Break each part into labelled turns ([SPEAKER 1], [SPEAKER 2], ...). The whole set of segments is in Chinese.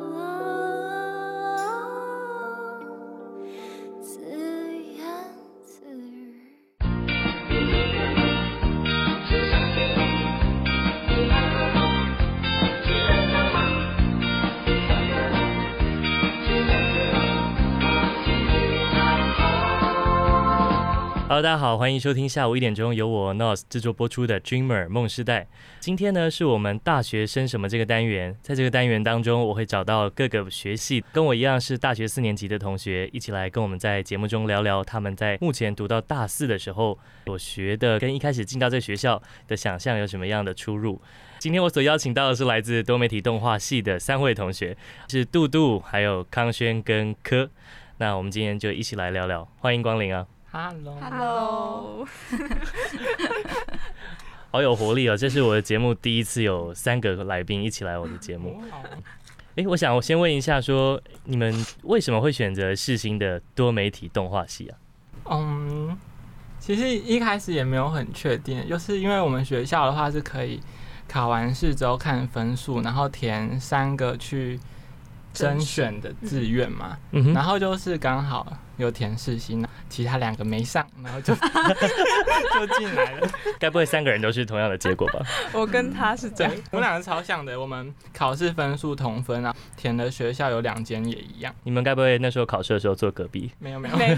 [SPEAKER 1] 我，自言自语。
[SPEAKER 2] Hello，大家好，欢迎收听下午一点钟由我 NOS 制作播出的《Dreamer 梦时代》。今天呢，是我们大学生什么这个单元，在这个单元当中，我会找到各个学系跟我一样是大学四年级的同学，一起来跟我们在节目中聊聊他们在目前读到大四的时候所学的，跟一开始进到这个学校的想象有什么样的出入。今天我所邀请到的是来自多媒体动画系的三位同学，是杜杜、还有康轩跟柯。那我们今天就一起来聊聊，欢迎光临啊！
[SPEAKER 3] Hello，
[SPEAKER 4] Hello，
[SPEAKER 2] 好有活力哦！这是我的节目第一次有三个来宾一起来我的节目。诶，我想我先问一下说，你们为什么会选择世新的多媒体动画系啊？
[SPEAKER 3] 嗯，其实一开始也没有很确定，就是因为我们学校的话是可以考完试之后看分数，然后填三个去甄选的志愿嘛。
[SPEAKER 2] 嗯哼，
[SPEAKER 3] 然后就是刚好有填世新，其他两个没上，然后就就进来了。
[SPEAKER 2] 该不会三个人都是同样的结果吧？
[SPEAKER 4] 我跟他是
[SPEAKER 3] 对
[SPEAKER 4] 这样，，
[SPEAKER 3] 我们两个超像的，我们考试分数同分啊，填的学校有两间也一样。
[SPEAKER 2] 你们该不会那时候考试的时候坐隔壁？
[SPEAKER 3] 没有没有，
[SPEAKER 4] 没有，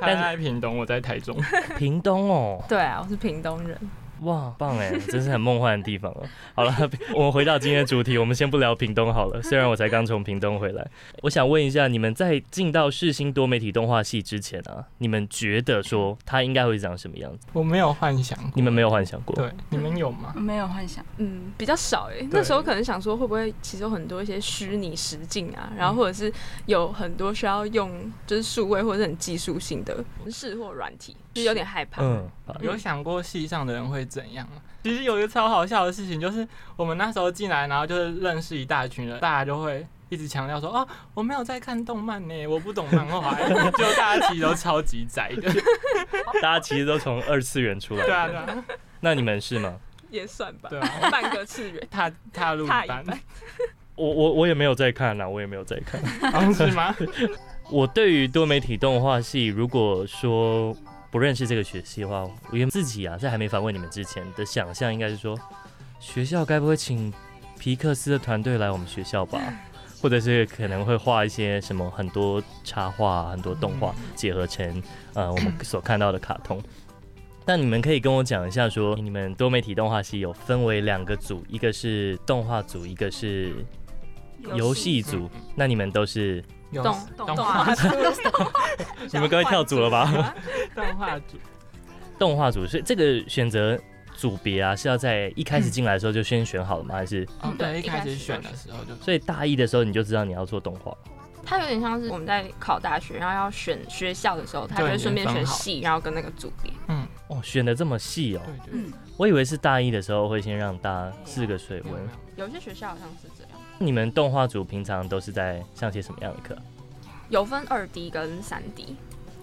[SPEAKER 3] 他在屏东，我在台 中。
[SPEAKER 2] 屏东哦，
[SPEAKER 4] 对啊，我是屏东人，
[SPEAKER 2] 哇，棒哎，真是很梦幻的地方哦。好了， 我们回到今天的主题，我们先不聊屏东好了。虽然我才刚从屏东回来，我想问一下，你们在进到世新多媒体动画系之前啊，你们觉得说它应该会长什么样子？
[SPEAKER 3] 我没有幻想过，
[SPEAKER 2] 你们没有幻想过？
[SPEAKER 3] 对，你们有吗？
[SPEAKER 5] 没有幻想，
[SPEAKER 4] 嗯，比较少诶、那时候可能想说，会不会其实有很多一些虚拟实境啊，然后或者是有很多需要用就是数位或者是很技术性的事或软体，就是有点害怕。
[SPEAKER 2] 嗯，
[SPEAKER 3] 有想过系上的人会怎样吗？其实有一个超好笑的事情，就是我们那时候进来，然后就是认识一大群人，大家就会一直强调说：“哦，我没有在看动漫呢，我不懂漫画。” 就大家其实都超级宅的。
[SPEAKER 2] 大家其实都从二次元出来。
[SPEAKER 3] 对啊，对啊，
[SPEAKER 2] 那你们是吗？
[SPEAKER 4] 也算吧，
[SPEAKER 3] 对啊，。
[SPEAKER 4] 半个 次元
[SPEAKER 3] 踏踏入
[SPEAKER 4] 踏一
[SPEAKER 3] 班，
[SPEAKER 4] 半
[SPEAKER 2] 我我我也没有在看呐、我也没有在看。
[SPEAKER 3] 哦是 吗？
[SPEAKER 2] 我对于多媒体动画系，如果说不认识这个学系的话，我原自己啊，在还没访问你们之前的想象应该是说，学校该不会请皮克斯的团队来我们学校吧？或者是可能会画一些什么很多插画、很多动画结合成呃我们所看到的卡通。那你们可以跟我讲一下说，你们多媒体动画系有分为两个组，一个是动画组，一个是游戏组。那你们都是
[SPEAKER 3] 有
[SPEAKER 4] 动
[SPEAKER 3] 动
[SPEAKER 4] 动
[SPEAKER 3] 画
[SPEAKER 4] 画组，
[SPEAKER 2] 你们各位跳组了吧？
[SPEAKER 3] 动画组，
[SPEAKER 2] 动画组，所以这个选择组别啊，是要在一开始进来的时候就先选好了吗？还是
[SPEAKER 3] 哦
[SPEAKER 4] 对
[SPEAKER 3] 对，一
[SPEAKER 4] 一开
[SPEAKER 3] 开始
[SPEAKER 4] 始
[SPEAKER 3] 选的时候就
[SPEAKER 2] 所以大一的时候你就知道你要做动画？
[SPEAKER 4] 它有点像是我们在考大学，然后要选学校的时候，他就
[SPEAKER 3] 对
[SPEAKER 4] 会顺便
[SPEAKER 3] 也分
[SPEAKER 4] 选
[SPEAKER 3] 好
[SPEAKER 4] 系，然后跟那个组别。
[SPEAKER 2] 哦，选的这么细哦，
[SPEAKER 3] 对对对
[SPEAKER 5] 嗯，
[SPEAKER 2] 我以为是大一的时候会先让大家试个水
[SPEAKER 3] 没有
[SPEAKER 2] 温
[SPEAKER 3] 没。有
[SPEAKER 4] 有些学校好像是这样，
[SPEAKER 2] 你们动画组平常都是在上些什么样的课？
[SPEAKER 4] 有分二 D 跟三 D，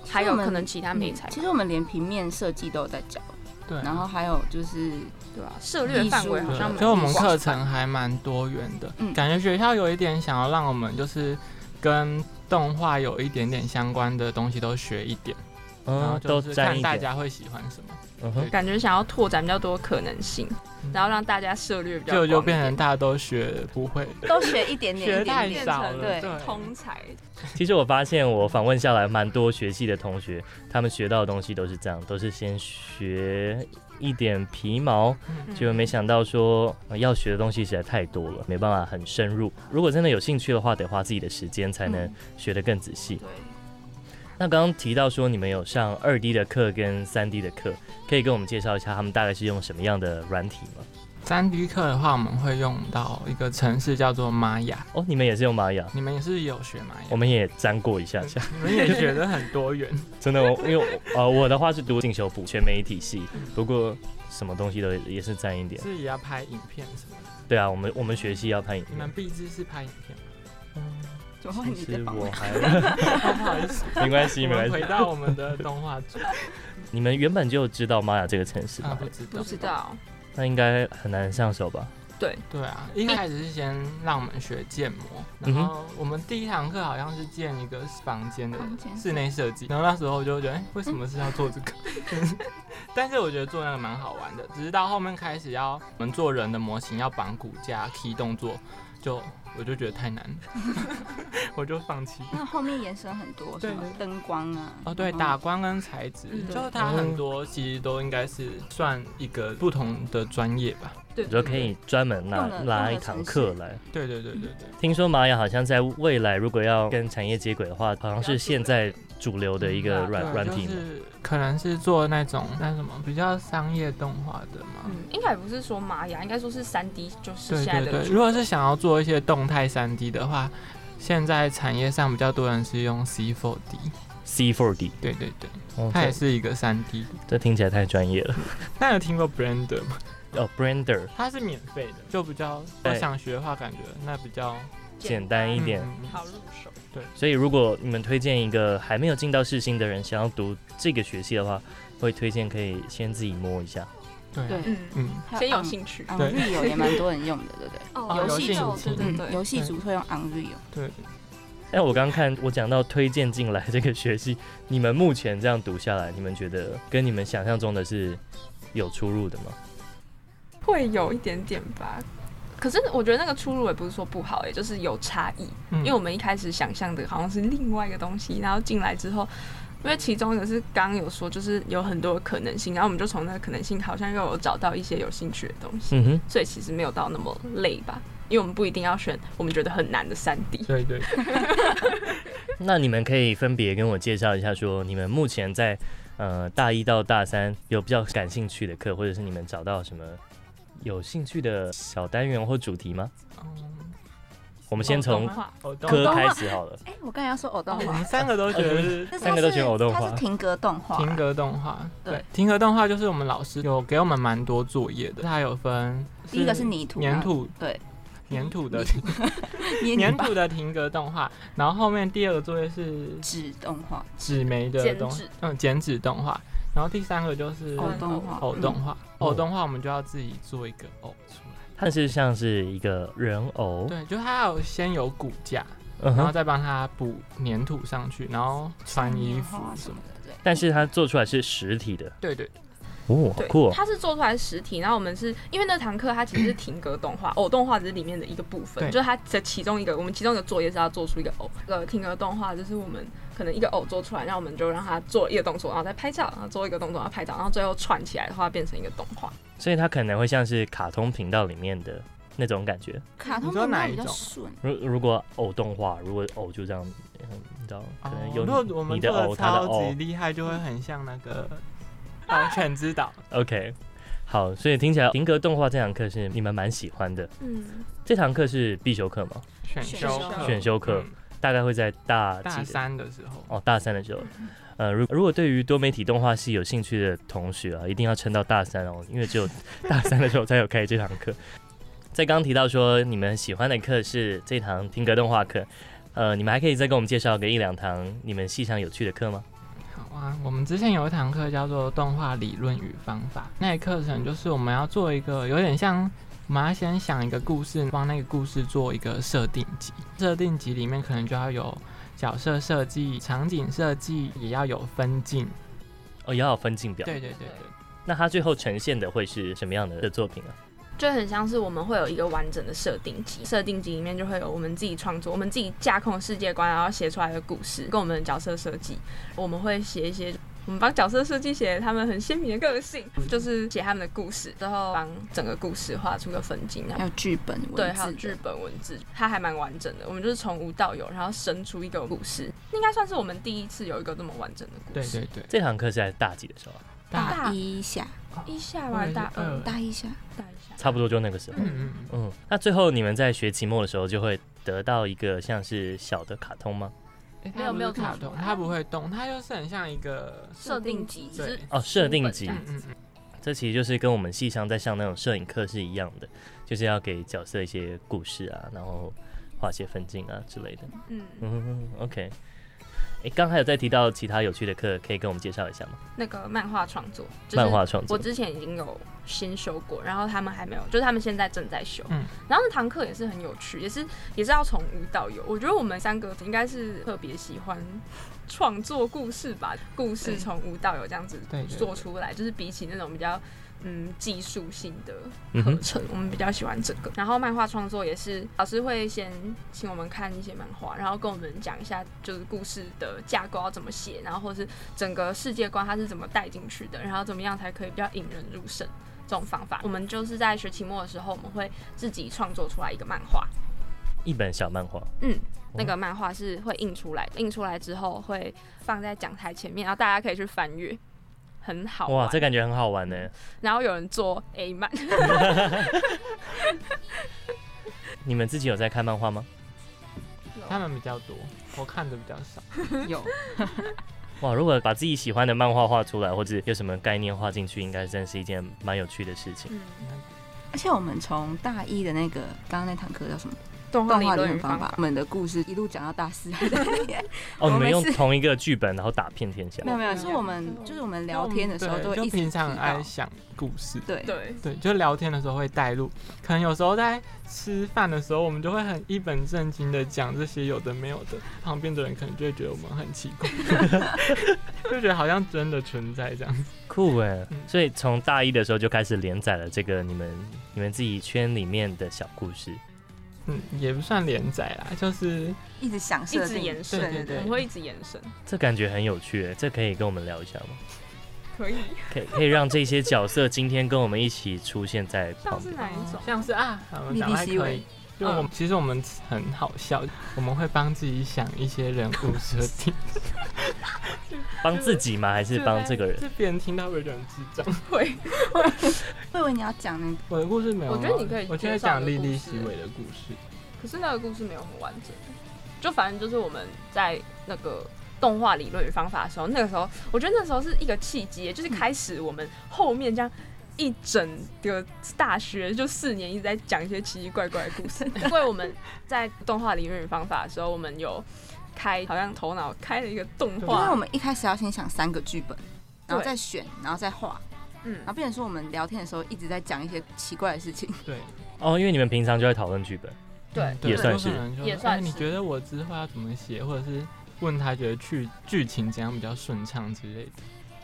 [SPEAKER 4] 还
[SPEAKER 5] 我
[SPEAKER 4] 有
[SPEAKER 5] 们
[SPEAKER 4] 可能其他没采
[SPEAKER 5] 其实我们连平面设计都有在教，
[SPEAKER 3] 对。
[SPEAKER 5] 然后还有就是
[SPEAKER 4] 对吧、涉略范围好像
[SPEAKER 3] 对
[SPEAKER 4] 蛮
[SPEAKER 3] 所以我们课程还蛮多元的，
[SPEAKER 5] 嗯
[SPEAKER 3] 感觉学校有一点想要让我们就是跟动画有一点点相关的东西都学一点，然后
[SPEAKER 2] 嗯，
[SPEAKER 3] 就
[SPEAKER 2] 都
[SPEAKER 3] 是
[SPEAKER 2] 沾
[SPEAKER 3] 看
[SPEAKER 2] 一
[SPEAKER 3] 大
[SPEAKER 2] 点。
[SPEAKER 3] 家会喜欢什么，
[SPEAKER 2] 嗯哼，
[SPEAKER 4] 感觉想要拓展比较多可能性，然后让大家涉略比
[SPEAKER 3] 嗯
[SPEAKER 4] 较
[SPEAKER 3] 就
[SPEAKER 4] 广
[SPEAKER 3] 就变成大家都学不会，
[SPEAKER 5] 都学一点
[SPEAKER 3] 学太
[SPEAKER 4] 变
[SPEAKER 3] 少
[SPEAKER 4] 成
[SPEAKER 3] 了，
[SPEAKER 5] 对
[SPEAKER 3] 对，
[SPEAKER 4] 通才。
[SPEAKER 2] 其实我发现我访问下来，蛮多学系的同学，他们学到的东西都是这样，都是先学一点皮毛，
[SPEAKER 3] 嗯
[SPEAKER 2] 结果没想到说、呃要学的东西实在太多了，没办法很深入。如果真的有兴趣的话，得花自己的时间才能学得更仔细。
[SPEAKER 4] 对，
[SPEAKER 2] 那刚刚提到说你们有上二 D 的课跟三 D 的课，可以跟我们介绍一下他们大概是用什么样的软体吗？
[SPEAKER 3] 三 D 课的话，我们会用到一个程式叫做玛雅，
[SPEAKER 2] 哦，你们也是用玛雅，
[SPEAKER 3] 你们也是有学玛雅
[SPEAKER 2] 我，们也沾过一下下。
[SPEAKER 3] 你们也学得很多元。
[SPEAKER 2] 真的，我因为我呃我的话是读进修部全媒体系，不过什么东西都也嗯是沾一点。
[SPEAKER 3] 是也要拍影片什么的。
[SPEAKER 2] 对啊，我们我们学系要拍影
[SPEAKER 3] 你
[SPEAKER 2] 片
[SPEAKER 3] 们。必知是拍影 片吗？
[SPEAKER 5] 怎
[SPEAKER 3] 哦
[SPEAKER 5] 么会你
[SPEAKER 2] 其
[SPEAKER 5] 在
[SPEAKER 2] 实
[SPEAKER 5] 访
[SPEAKER 2] 我
[SPEAKER 5] 问？
[SPEAKER 2] 还
[SPEAKER 3] 不好意思，
[SPEAKER 2] 没关系
[SPEAKER 3] 我
[SPEAKER 2] 没
[SPEAKER 3] 们
[SPEAKER 2] 关
[SPEAKER 3] 回
[SPEAKER 2] 系。
[SPEAKER 3] 到我们的动画 组。
[SPEAKER 2] 你们原本就知道玛雅这个城市
[SPEAKER 3] 啊，
[SPEAKER 2] 吧？
[SPEAKER 3] 不知道
[SPEAKER 4] 不。知道，
[SPEAKER 2] 那应该很难上手吧？
[SPEAKER 3] 对啊，一开始是先让我们学建模，
[SPEAKER 2] 嗯
[SPEAKER 3] 然
[SPEAKER 2] 哼
[SPEAKER 3] 后我们第一堂课好像是建一个房间的
[SPEAKER 5] 房间
[SPEAKER 3] 室内设计，然后那时候我就觉得，哎、为什么是要做 这个？但是我觉得做那个蛮好玩的，只是到后面开始要我们做人的模型，要绑骨架、key 动作，就我就觉得太难 了，我就放弃。
[SPEAKER 5] 那后面延伸很多，
[SPEAKER 3] 对
[SPEAKER 5] 什么灯光啊，
[SPEAKER 3] 哦，对，
[SPEAKER 5] 然后
[SPEAKER 3] 打光跟材质，
[SPEAKER 4] 嗯
[SPEAKER 3] 就是它很多其实都应该是算一个不同的专业吧。
[SPEAKER 4] 对，
[SPEAKER 2] 我觉得可以专门拿
[SPEAKER 5] 用了
[SPEAKER 2] 拿一堂课来。
[SPEAKER 3] 对对对对对，
[SPEAKER 2] 听说玛雅好像在未来如果要跟产业接轨的话，好像是现在主流的一个
[SPEAKER 4] 嗯
[SPEAKER 2] 软
[SPEAKER 3] 对
[SPEAKER 2] 软
[SPEAKER 3] 就
[SPEAKER 2] 体嘛。
[SPEAKER 3] 是可能是做那种那什么比较商业动画的嘛。
[SPEAKER 4] 嗯，应该也不是说玛雅，应该说是三 D，就是
[SPEAKER 3] 对
[SPEAKER 4] 现在
[SPEAKER 3] 对
[SPEAKER 4] 的
[SPEAKER 3] 对，
[SPEAKER 4] 主
[SPEAKER 3] 如果是想要做一些动态三 D 的话，现在产业上比较多人是用 C4D。
[SPEAKER 2] C f o r D，
[SPEAKER 3] 对对对，
[SPEAKER 2] 哦
[SPEAKER 3] 它也
[SPEAKER 2] 这
[SPEAKER 3] 是一个三 D。
[SPEAKER 2] 这听起来太专业了。
[SPEAKER 3] 那有听过 Blender 吗？
[SPEAKER 2] 哦，Brander
[SPEAKER 3] 它是免费的，就比较
[SPEAKER 2] 对
[SPEAKER 3] 我想学的话，感觉那比较
[SPEAKER 2] 简单一点。
[SPEAKER 3] 嗯嗯嗯
[SPEAKER 4] 好入手。
[SPEAKER 2] 所以，如果你们推荐一个还没有进到世新的人想要读这个学系的话，会推荐可以先自己摸一下。
[SPEAKER 3] 对啊，
[SPEAKER 5] 对，
[SPEAKER 4] 嗯，
[SPEAKER 3] 嗯。
[SPEAKER 5] 还
[SPEAKER 4] 先有
[SPEAKER 5] 昂
[SPEAKER 4] 兴趣
[SPEAKER 5] 昂
[SPEAKER 3] 对
[SPEAKER 5] 瑞友也蛮多人用的，对不对？
[SPEAKER 4] 哦
[SPEAKER 3] 游
[SPEAKER 4] 游
[SPEAKER 3] 戏
[SPEAKER 4] 戏
[SPEAKER 3] 组
[SPEAKER 4] 对对
[SPEAKER 5] 嗯，
[SPEAKER 4] 对，
[SPEAKER 5] 游戏组会用昂瑞友，
[SPEAKER 2] 哎，我刚刚看我讲到推荐进来这个学系，你们目前这样读下来，你们觉得跟你们想象中的是有出入的吗？
[SPEAKER 4] 会有一点点吧。可是我觉得那个出入也不是说不好、也欸就是有差异。
[SPEAKER 3] 嗯
[SPEAKER 4] 因为我们一开始想象的好像是另外一个东西，然后进来之后，因为其中一个是刚刚有说，就是有很多可能性，然后我们就从那个可能性好像又有找到一些有兴趣的东西，
[SPEAKER 2] 嗯哼，
[SPEAKER 4] 所以其实没有到那么累吧。因为我们不一定要选我们觉得很难的三 D。
[SPEAKER 3] 对对，
[SPEAKER 2] 那你们可以分别跟我介绍一下，说你们目前在呃大一到大三有比较感兴趣的课，或者是你们找到什么有兴趣的小单元或主题吗？
[SPEAKER 3] 嗯，
[SPEAKER 2] 我们先
[SPEAKER 4] 动
[SPEAKER 2] 从
[SPEAKER 4] 画
[SPEAKER 3] 我懂
[SPEAKER 2] 科
[SPEAKER 5] 动
[SPEAKER 2] 开
[SPEAKER 5] 画
[SPEAKER 2] 始好了，
[SPEAKER 5] 哎，我刚才要说偶动
[SPEAKER 3] 我
[SPEAKER 4] 哦
[SPEAKER 5] 画
[SPEAKER 3] 们，三个都觉得是
[SPEAKER 5] 但是
[SPEAKER 2] 三个
[SPEAKER 5] 它
[SPEAKER 2] 都选
[SPEAKER 5] 是
[SPEAKER 2] 偶动
[SPEAKER 5] 它
[SPEAKER 2] 画
[SPEAKER 5] 是停格动画，
[SPEAKER 3] 停格动画，
[SPEAKER 5] 对
[SPEAKER 3] 对，停格动画就是我们老师有给我们蛮多作业的，它有分
[SPEAKER 5] 第一个是泥土啊嘛，
[SPEAKER 3] 粘土，
[SPEAKER 5] 对，
[SPEAKER 3] 粘土的
[SPEAKER 5] 粘
[SPEAKER 3] 粘
[SPEAKER 5] 土吧
[SPEAKER 3] 土的停格动画，然后后面第二个作业是
[SPEAKER 5] 纸动画，
[SPEAKER 3] 纸媒的
[SPEAKER 4] 剪
[SPEAKER 3] 动
[SPEAKER 4] 纸，
[SPEAKER 3] 嗯，剪纸动画，然后第三个就是
[SPEAKER 5] 偶动画，
[SPEAKER 3] 偶动画，
[SPEAKER 2] 嗯
[SPEAKER 3] 偶动画我们就要自己做一个偶出来，
[SPEAKER 2] 它是像是一个人偶，
[SPEAKER 3] 对，就它有先有骨架，
[SPEAKER 2] 嗯
[SPEAKER 3] 然后
[SPEAKER 2] 哼，
[SPEAKER 3] 再帮它补粘土上去，然后
[SPEAKER 4] 嗯
[SPEAKER 3] 穿衣服什
[SPEAKER 5] 画嗯啊什
[SPEAKER 3] 么
[SPEAKER 5] 么，的，对。
[SPEAKER 2] 但是它做出来是实体的，
[SPEAKER 3] 对对，
[SPEAKER 2] 哦，好
[SPEAKER 4] 对，
[SPEAKER 2] 酷哦，
[SPEAKER 4] 它是做出来实体，然后我们是因为那堂课它其实是停格 动画，偶动画只是里面的一个部分，
[SPEAKER 3] 对
[SPEAKER 4] 就是它的其中一个，我们其中一个作业是要做出一个偶，呃，停格动画就是我们可能一个偶做出来，然后我们就让它做一个动作，然后再拍照，然后做一个动作，然后拍照，然后最后串起来的话变成一个动画。
[SPEAKER 2] 所以它可能会像是卡通频道里面的那种感觉。
[SPEAKER 5] 卡
[SPEAKER 3] 你
[SPEAKER 5] 通
[SPEAKER 3] 说
[SPEAKER 5] 动
[SPEAKER 3] 哪
[SPEAKER 5] 画
[SPEAKER 3] 一
[SPEAKER 5] 比较
[SPEAKER 3] 种
[SPEAKER 5] 顺，啊
[SPEAKER 2] 如如果偶动画，如果偶就这样，嗯你知道，可能有
[SPEAKER 3] 哦如果我
[SPEAKER 2] 你
[SPEAKER 3] 们
[SPEAKER 2] 你的
[SPEAKER 3] 做
[SPEAKER 2] 偶，
[SPEAKER 3] 的
[SPEAKER 2] 他的
[SPEAKER 3] 超级
[SPEAKER 2] 偶
[SPEAKER 3] 厉害，就会很像那个《狼犬之岛》。
[SPEAKER 2] ，OK。好，所以听起来停格动画这堂课是你们蛮喜欢的。
[SPEAKER 4] 嗯，
[SPEAKER 2] 这堂课是必修课吗？
[SPEAKER 3] 选修
[SPEAKER 5] 选
[SPEAKER 3] 课，
[SPEAKER 2] 选修课
[SPEAKER 3] 嗯
[SPEAKER 2] 大概会在大
[SPEAKER 3] 大
[SPEAKER 2] 几的
[SPEAKER 3] 三的时候，
[SPEAKER 2] 哦，大三的时候。呃，如如果对于多媒体动画系有兴趣的同学啊，一定要撑到大三哦，因为只有 大三的时候才有开这堂课。在刚刚提到说你们喜欢的课是这堂听歌动画课，呃，你们还可以再给我们介绍个一两堂你们系上有趣的课吗？
[SPEAKER 3] 好啊，我们之前有一堂课叫做动画理论与方法，那一课程就是我们要做一个有点像。我们要先想一个故事，帮那个故事做一个设定集。设定集里面可能就要有角色设计、场景设计，也要有分镜。
[SPEAKER 2] 哦，也要有分镜表。
[SPEAKER 3] 对对对对，
[SPEAKER 2] 那它最后呈现的会是什么样的作品呢、啊
[SPEAKER 4] 就很像是我们会有一个完整的设定集，设定集里面就会有我们自己创作、我们自己架空的世界观，然后写出来的故事，跟我们的角色设计，我们会写一些。我们帮角色设计写他们很鲜明的个性，就是写他们的故事，之后帮整个故事画出个分镜，然
[SPEAKER 5] 还
[SPEAKER 4] 后
[SPEAKER 5] 有剧本文字
[SPEAKER 4] 对，
[SPEAKER 5] 的，
[SPEAKER 4] 还有剧本文字，它还蛮完整的。我们就是从无到有，然后生出一个故事，应该算是我们第一次有一个这么完整的故
[SPEAKER 3] 对
[SPEAKER 4] 事。
[SPEAKER 3] 对对，
[SPEAKER 2] 这堂课是在大几的时候啊？
[SPEAKER 5] 大
[SPEAKER 4] 大
[SPEAKER 5] 一下，
[SPEAKER 4] 一下吧，大二，
[SPEAKER 5] 大一下，
[SPEAKER 4] 大一下，
[SPEAKER 2] 差不多就那个时候。
[SPEAKER 3] 嗯嗯，
[SPEAKER 2] 嗯，那最后你们在学期末的时候就会得到一个像是小的卡通吗？
[SPEAKER 3] 诶
[SPEAKER 4] 没
[SPEAKER 3] 它
[SPEAKER 4] 有
[SPEAKER 3] 不
[SPEAKER 4] 没有
[SPEAKER 3] 是卡
[SPEAKER 4] 看出
[SPEAKER 3] 通，
[SPEAKER 4] 来
[SPEAKER 3] 它不会动，它就是很像一个，
[SPEAKER 5] 设定集
[SPEAKER 3] 对
[SPEAKER 5] 只是
[SPEAKER 2] 哦，设定集
[SPEAKER 4] 书
[SPEAKER 3] 嗯
[SPEAKER 4] 本，
[SPEAKER 3] 嗯嗯，
[SPEAKER 2] 这其实就是跟我们系上在上那种摄影课是一样的，就是要给角色一些故事啊，然后画些分镜啊之类的。
[SPEAKER 4] 嗯，
[SPEAKER 2] 嗯，OK。哎，刚还有在提到其他有趣的课，可以跟我们介绍一下吗？
[SPEAKER 4] 那个漫画创作，就是
[SPEAKER 2] 漫画创
[SPEAKER 4] 我
[SPEAKER 2] 作，
[SPEAKER 4] 之前已经有先修过，然后他们还没有，就是他们现在正在修。
[SPEAKER 3] 嗯
[SPEAKER 4] 然后那堂课也是很有趣，也是也是要从无到有。我觉得我们三个应该是特别喜欢创作故事吧，故事
[SPEAKER 5] 对
[SPEAKER 4] 从无到有这样子
[SPEAKER 3] 对对对
[SPEAKER 4] 做出来，就是比起那种比较嗯技术性的
[SPEAKER 2] 嗯
[SPEAKER 4] 课
[SPEAKER 2] 哼，
[SPEAKER 4] 程，我们比较喜欢这个。然后漫画创作也是老师会先请我们看一些漫画，然后跟我们讲一下就是故事的架构要怎么写，然后或是整个世界观它是怎么带进去的，然后怎么样才可以比较引人入胜。这种方法，我们就是在学期末的时候，我们会自己创作出来一个漫画，
[SPEAKER 2] 一本小漫画，
[SPEAKER 4] 嗯，
[SPEAKER 2] 哦
[SPEAKER 4] 那个漫画是会印出来的，印出来之后会放在讲台前面，然后大家可以去翻阅，很好
[SPEAKER 2] 哇，
[SPEAKER 4] 玩。
[SPEAKER 2] 这感觉很好玩呢。
[SPEAKER 4] 然后有人做 A 漫，
[SPEAKER 2] 你们自己有在看漫画吗？
[SPEAKER 3] 他们比较多，我看的比较少。
[SPEAKER 5] 有
[SPEAKER 2] 哇，如果把自己喜欢的漫画画出来，或者有什么概念画进去，应该真是一件蛮有趣的事情。
[SPEAKER 4] 嗯，
[SPEAKER 5] 而且我们从大一的那个刚刚那堂课叫什么
[SPEAKER 4] 动画
[SPEAKER 5] 动
[SPEAKER 4] 理
[SPEAKER 5] 画理
[SPEAKER 4] 论
[SPEAKER 5] 论
[SPEAKER 4] 与
[SPEAKER 5] 方
[SPEAKER 4] 方
[SPEAKER 5] 法
[SPEAKER 4] 法，，
[SPEAKER 5] 我们的故事一路讲到大四还在念，
[SPEAKER 2] 哦，你
[SPEAKER 5] 我
[SPEAKER 2] 们
[SPEAKER 5] 们
[SPEAKER 2] 用
[SPEAKER 5] 是
[SPEAKER 2] 同一个剧本，然后打遍天下
[SPEAKER 5] 没。有没有，是我们就是我们聊天的时候
[SPEAKER 3] 嗯对
[SPEAKER 5] 都会
[SPEAKER 3] 就
[SPEAKER 5] 一直
[SPEAKER 3] 平常很
[SPEAKER 5] 提
[SPEAKER 3] 爱
[SPEAKER 5] 到
[SPEAKER 3] 想故事，
[SPEAKER 5] 对
[SPEAKER 4] 对，
[SPEAKER 3] 对，就聊天的时候会带入，可能有时候在吃饭的时候，我们就会很一本正经的讲这些有的没有的，旁边的人可能就会觉得我们很奇怪， 就觉得好像真的存在这样。
[SPEAKER 2] 酷哎！
[SPEAKER 3] 嗯
[SPEAKER 2] 所以从大一的时候就开始连载了这个你们你们自己圈里面的小故事。
[SPEAKER 3] 嗯，也不算连载啦，就是
[SPEAKER 5] 一直想
[SPEAKER 4] 一
[SPEAKER 5] 设
[SPEAKER 4] 直
[SPEAKER 5] 定，
[SPEAKER 4] 延伸，
[SPEAKER 5] 对对
[SPEAKER 4] 我
[SPEAKER 5] 对
[SPEAKER 4] 们会一直延伸，
[SPEAKER 2] 这感觉很有趣耶，这可以跟我们聊一下吗？
[SPEAKER 4] 可以，
[SPEAKER 2] 可以可以让这些角色今天跟我们一起出现在旁
[SPEAKER 4] 像是
[SPEAKER 2] 边。
[SPEAKER 4] 哪一种？
[SPEAKER 3] 像是啊，我们
[SPEAKER 5] 密
[SPEAKER 3] 讲
[SPEAKER 5] 闭
[SPEAKER 3] 还
[SPEAKER 5] 思
[SPEAKER 3] 可
[SPEAKER 5] 维
[SPEAKER 3] 以。就我们、其实我们很好笑，我们会帮自己想一些人物设 定，
[SPEAKER 2] 帮自己吗？还是帮这个人？
[SPEAKER 3] 这别人听到会觉得很智障。
[SPEAKER 4] 会，
[SPEAKER 5] 慧文你要讲那个
[SPEAKER 3] 我的故事没有
[SPEAKER 4] 我
[SPEAKER 3] 吗，
[SPEAKER 4] 觉得你可以
[SPEAKER 3] 我觉得
[SPEAKER 4] 介绍
[SPEAKER 3] 讲
[SPEAKER 4] 一个
[SPEAKER 3] 莉莉
[SPEAKER 4] 故
[SPEAKER 3] 西
[SPEAKER 4] 事
[SPEAKER 3] 维的故事。
[SPEAKER 4] 可是那个故事没有很完整，就反正就是我们在那个动画理论与方法的时候，那个时候我觉得那时候是一个契机，就是开始我们后面这样。一整个大学就四年一直在讲一些奇奇怪怪的 故事，因为我们在动画理论与方法的时候，我们有开好像头脑开了一个动
[SPEAKER 5] 因为我
[SPEAKER 4] 画，
[SPEAKER 5] 们一开始要先想三个剧本，然后
[SPEAKER 4] 对
[SPEAKER 5] 再选，然后再画，
[SPEAKER 4] 嗯
[SPEAKER 5] 然后，变成说我们聊天的时候一直在讲一些奇怪的事情，
[SPEAKER 3] 对，
[SPEAKER 2] 哦，因为你们平常就会讨论剧本。
[SPEAKER 4] 对
[SPEAKER 3] 对
[SPEAKER 2] 也算
[SPEAKER 3] 就是可能就
[SPEAKER 4] 也算
[SPEAKER 3] 哎你
[SPEAKER 4] 是
[SPEAKER 3] 觉得我之后要怎么写，或者是问他觉得剧剧情怎样比较顺畅之类的。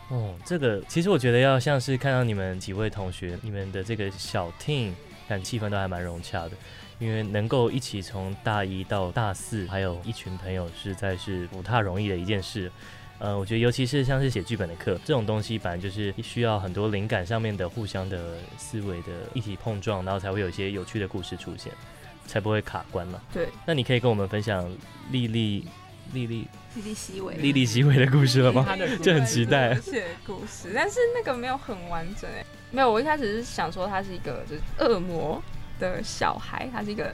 [SPEAKER 2] 哦，这个其实我觉得要像是看到你们几位同学，你们的这个小 team，感气氛都还蛮融洽的，因为能够一起从大一到大四，还有一群朋友，实在是不太容易的一件事。呃，我觉得尤其是像是写剧本的课这种东西，本来就是需要很多灵感上面的互相的思维的一体碰撞，然后才会有一些有趣的故事出现，才不会卡关嘛。
[SPEAKER 4] 对，
[SPEAKER 2] 那你可以跟我们分享莉莉、莉莉、
[SPEAKER 5] 莉莉西维，
[SPEAKER 2] 莉莉席伟的故事了吗？
[SPEAKER 3] 他的故
[SPEAKER 2] 就很期待
[SPEAKER 4] 写故事，但是那个没有很完整哎、没有，我一开始是想说他是一个就是恶魔的小孩，他是一个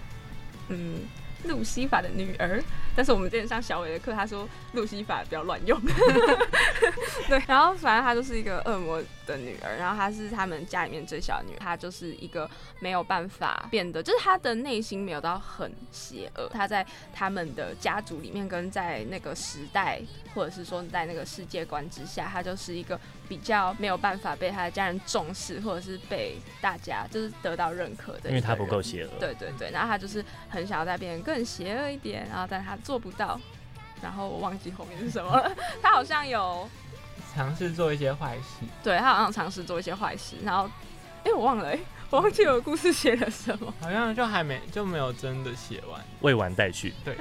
[SPEAKER 4] 嗯路西法的女儿。但是我们之前上小伟的课，他说路西法不要乱用。对，然后反正她就是一个恶魔的女儿，然后她是他们家里面最小的女儿，她就是一个没有办法变得，就是她的内心没有到很邪恶，她在他们的家族里面跟在那个时代，或者是说在那个世界观之下，她就是一个比较没有办法被她的家人重视，或者是被大家就是得到认可的，
[SPEAKER 2] 因为他不够。邪恶。
[SPEAKER 4] 对对对，然后他就是很想要再变得更邪恶一点，然后但他做不到，然后我忘记后面是什么 了。他好像有
[SPEAKER 3] 尝试做一些坏事，
[SPEAKER 4] 对他好像尝试做一些坏事，然后，哎、我忘了、哎， 我忘记我的故事写了什么。
[SPEAKER 3] 好像就还没就没有真的写完，
[SPEAKER 2] 未完待续。
[SPEAKER 3] 对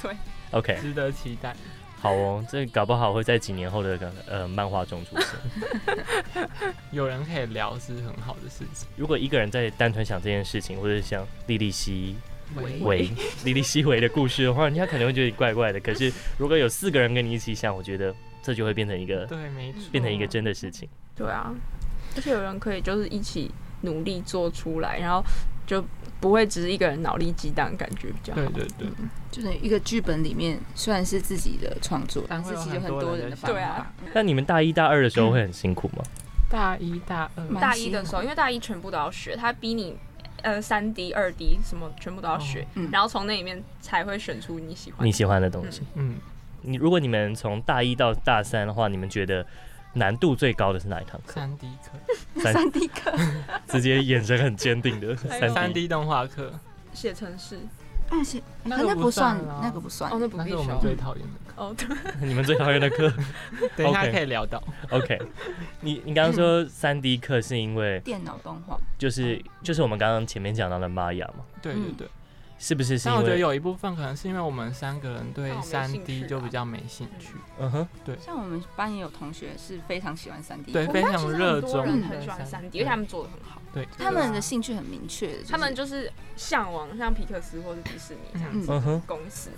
[SPEAKER 4] 对。
[SPEAKER 2] OK，
[SPEAKER 3] 值得期待。
[SPEAKER 2] 好哦，这搞不好会在几年后的呃漫画中出现。
[SPEAKER 3] 有人可以聊是很好的事情。
[SPEAKER 2] 如果一个人在单纯想这件事情，或者像莉莉西
[SPEAKER 5] 喂
[SPEAKER 2] 维、 莉莉西维的故事的话，人家可能会觉得你怪怪的。可是如果有四个人跟你一起想，我觉得这就会变成一个
[SPEAKER 3] 对，没错。
[SPEAKER 2] 变成一个真的事情。
[SPEAKER 4] 对啊，而且有人可以就是一起努力做出来，然后就不会只是一个人脑力激荡，感觉比较好。
[SPEAKER 3] 对对对，
[SPEAKER 5] 就是一个剧本里面虽然是自己的创作，但
[SPEAKER 3] 但
[SPEAKER 5] 是
[SPEAKER 3] 会有
[SPEAKER 5] 其实有
[SPEAKER 3] 很
[SPEAKER 5] 很
[SPEAKER 3] 多
[SPEAKER 5] 多
[SPEAKER 3] 人
[SPEAKER 5] 人
[SPEAKER 3] 的
[SPEAKER 5] 的
[SPEAKER 3] 想
[SPEAKER 5] 方
[SPEAKER 4] 法
[SPEAKER 5] 法。
[SPEAKER 2] 那你们大一大二的时候会很辛苦吗？
[SPEAKER 3] 大一大二
[SPEAKER 5] 蛮
[SPEAKER 4] 大
[SPEAKER 5] 辛
[SPEAKER 4] 一
[SPEAKER 5] 苦
[SPEAKER 4] 的时候，因为大一全部都要学，他逼你呃三 D、二 D 什么全部都要学，
[SPEAKER 3] 哦
[SPEAKER 5] 嗯
[SPEAKER 4] 然后从那里面才会选出你喜欢的。
[SPEAKER 2] 你喜欢的东西？
[SPEAKER 3] 嗯，
[SPEAKER 2] 你如果你们从大一到大三的话，你们觉得难度最高的是哪一堂课？
[SPEAKER 3] 三 D 课。
[SPEAKER 4] 啊
[SPEAKER 5] 三 D 课，
[SPEAKER 2] 直接眼神很坚定的
[SPEAKER 4] 哎呦
[SPEAKER 2] 三
[SPEAKER 3] 三
[SPEAKER 2] D。
[SPEAKER 3] D 动画课，
[SPEAKER 4] 写程式
[SPEAKER 5] 那些
[SPEAKER 3] 那
[SPEAKER 5] 那
[SPEAKER 3] 个
[SPEAKER 5] 个
[SPEAKER 3] 不
[SPEAKER 5] 不算
[SPEAKER 3] 算啊，
[SPEAKER 5] 那个不算
[SPEAKER 4] 哦，。那不
[SPEAKER 3] 那
[SPEAKER 4] 必
[SPEAKER 3] 是我
[SPEAKER 4] 修
[SPEAKER 3] 们最讨厌的课。
[SPEAKER 4] 哦，对，
[SPEAKER 2] 你们最讨厌的课
[SPEAKER 3] 等一下
[SPEAKER 2] OK
[SPEAKER 3] 可以聊到，
[SPEAKER 2] ？OK，你你刚刚说三 D 课是因为
[SPEAKER 5] 电脑动画，
[SPEAKER 2] 就是就是我们刚刚前面讲到的玛雅嘛，
[SPEAKER 3] 对对
[SPEAKER 5] 嗯
[SPEAKER 3] 对。
[SPEAKER 2] 是不是是
[SPEAKER 3] 但
[SPEAKER 2] 因
[SPEAKER 3] 我觉得
[SPEAKER 2] 为
[SPEAKER 3] 有一部分可能是因为我们三个人对
[SPEAKER 4] 哦没
[SPEAKER 3] 三
[SPEAKER 4] 兴
[SPEAKER 3] D
[SPEAKER 4] 趣
[SPEAKER 3] 就
[SPEAKER 4] 啊
[SPEAKER 3] 比较没兴趣，
[SPEAKER 2] 嗯哼
[SPEAKER 5] 像我们班也有同学是非常喜欢三 D，
[SPEAKER 3] 对，
[SPEAKER 4] 我
[SPEAKER 3] 非
[SPEAKER 4] 们班
[SPEAKER 3] 常
[SPEAKER 4] 其实
[SPEAKER 3] 热
[SPEAKER 4] 很多
[SPEAKER 3] 衷
[SPEAKER 4] 人
[SPEAKER 3] 的
[SPEAKER 4] 很喜欢
[SPEAKER 3] 3D
[SPEAKER 4] 三 D，而且他们做的很好，
[SPEAKER 5] 他们的兴趣很明确，就是
[SPEAKER 4] 他们就是向往像皮克斯或是迪士尼这样
[SPEAKER 5] 嗯
[SPEAKER 4] 子
[SPEAKER 2] 嗯哼，
[SPEAKER 4] 公司。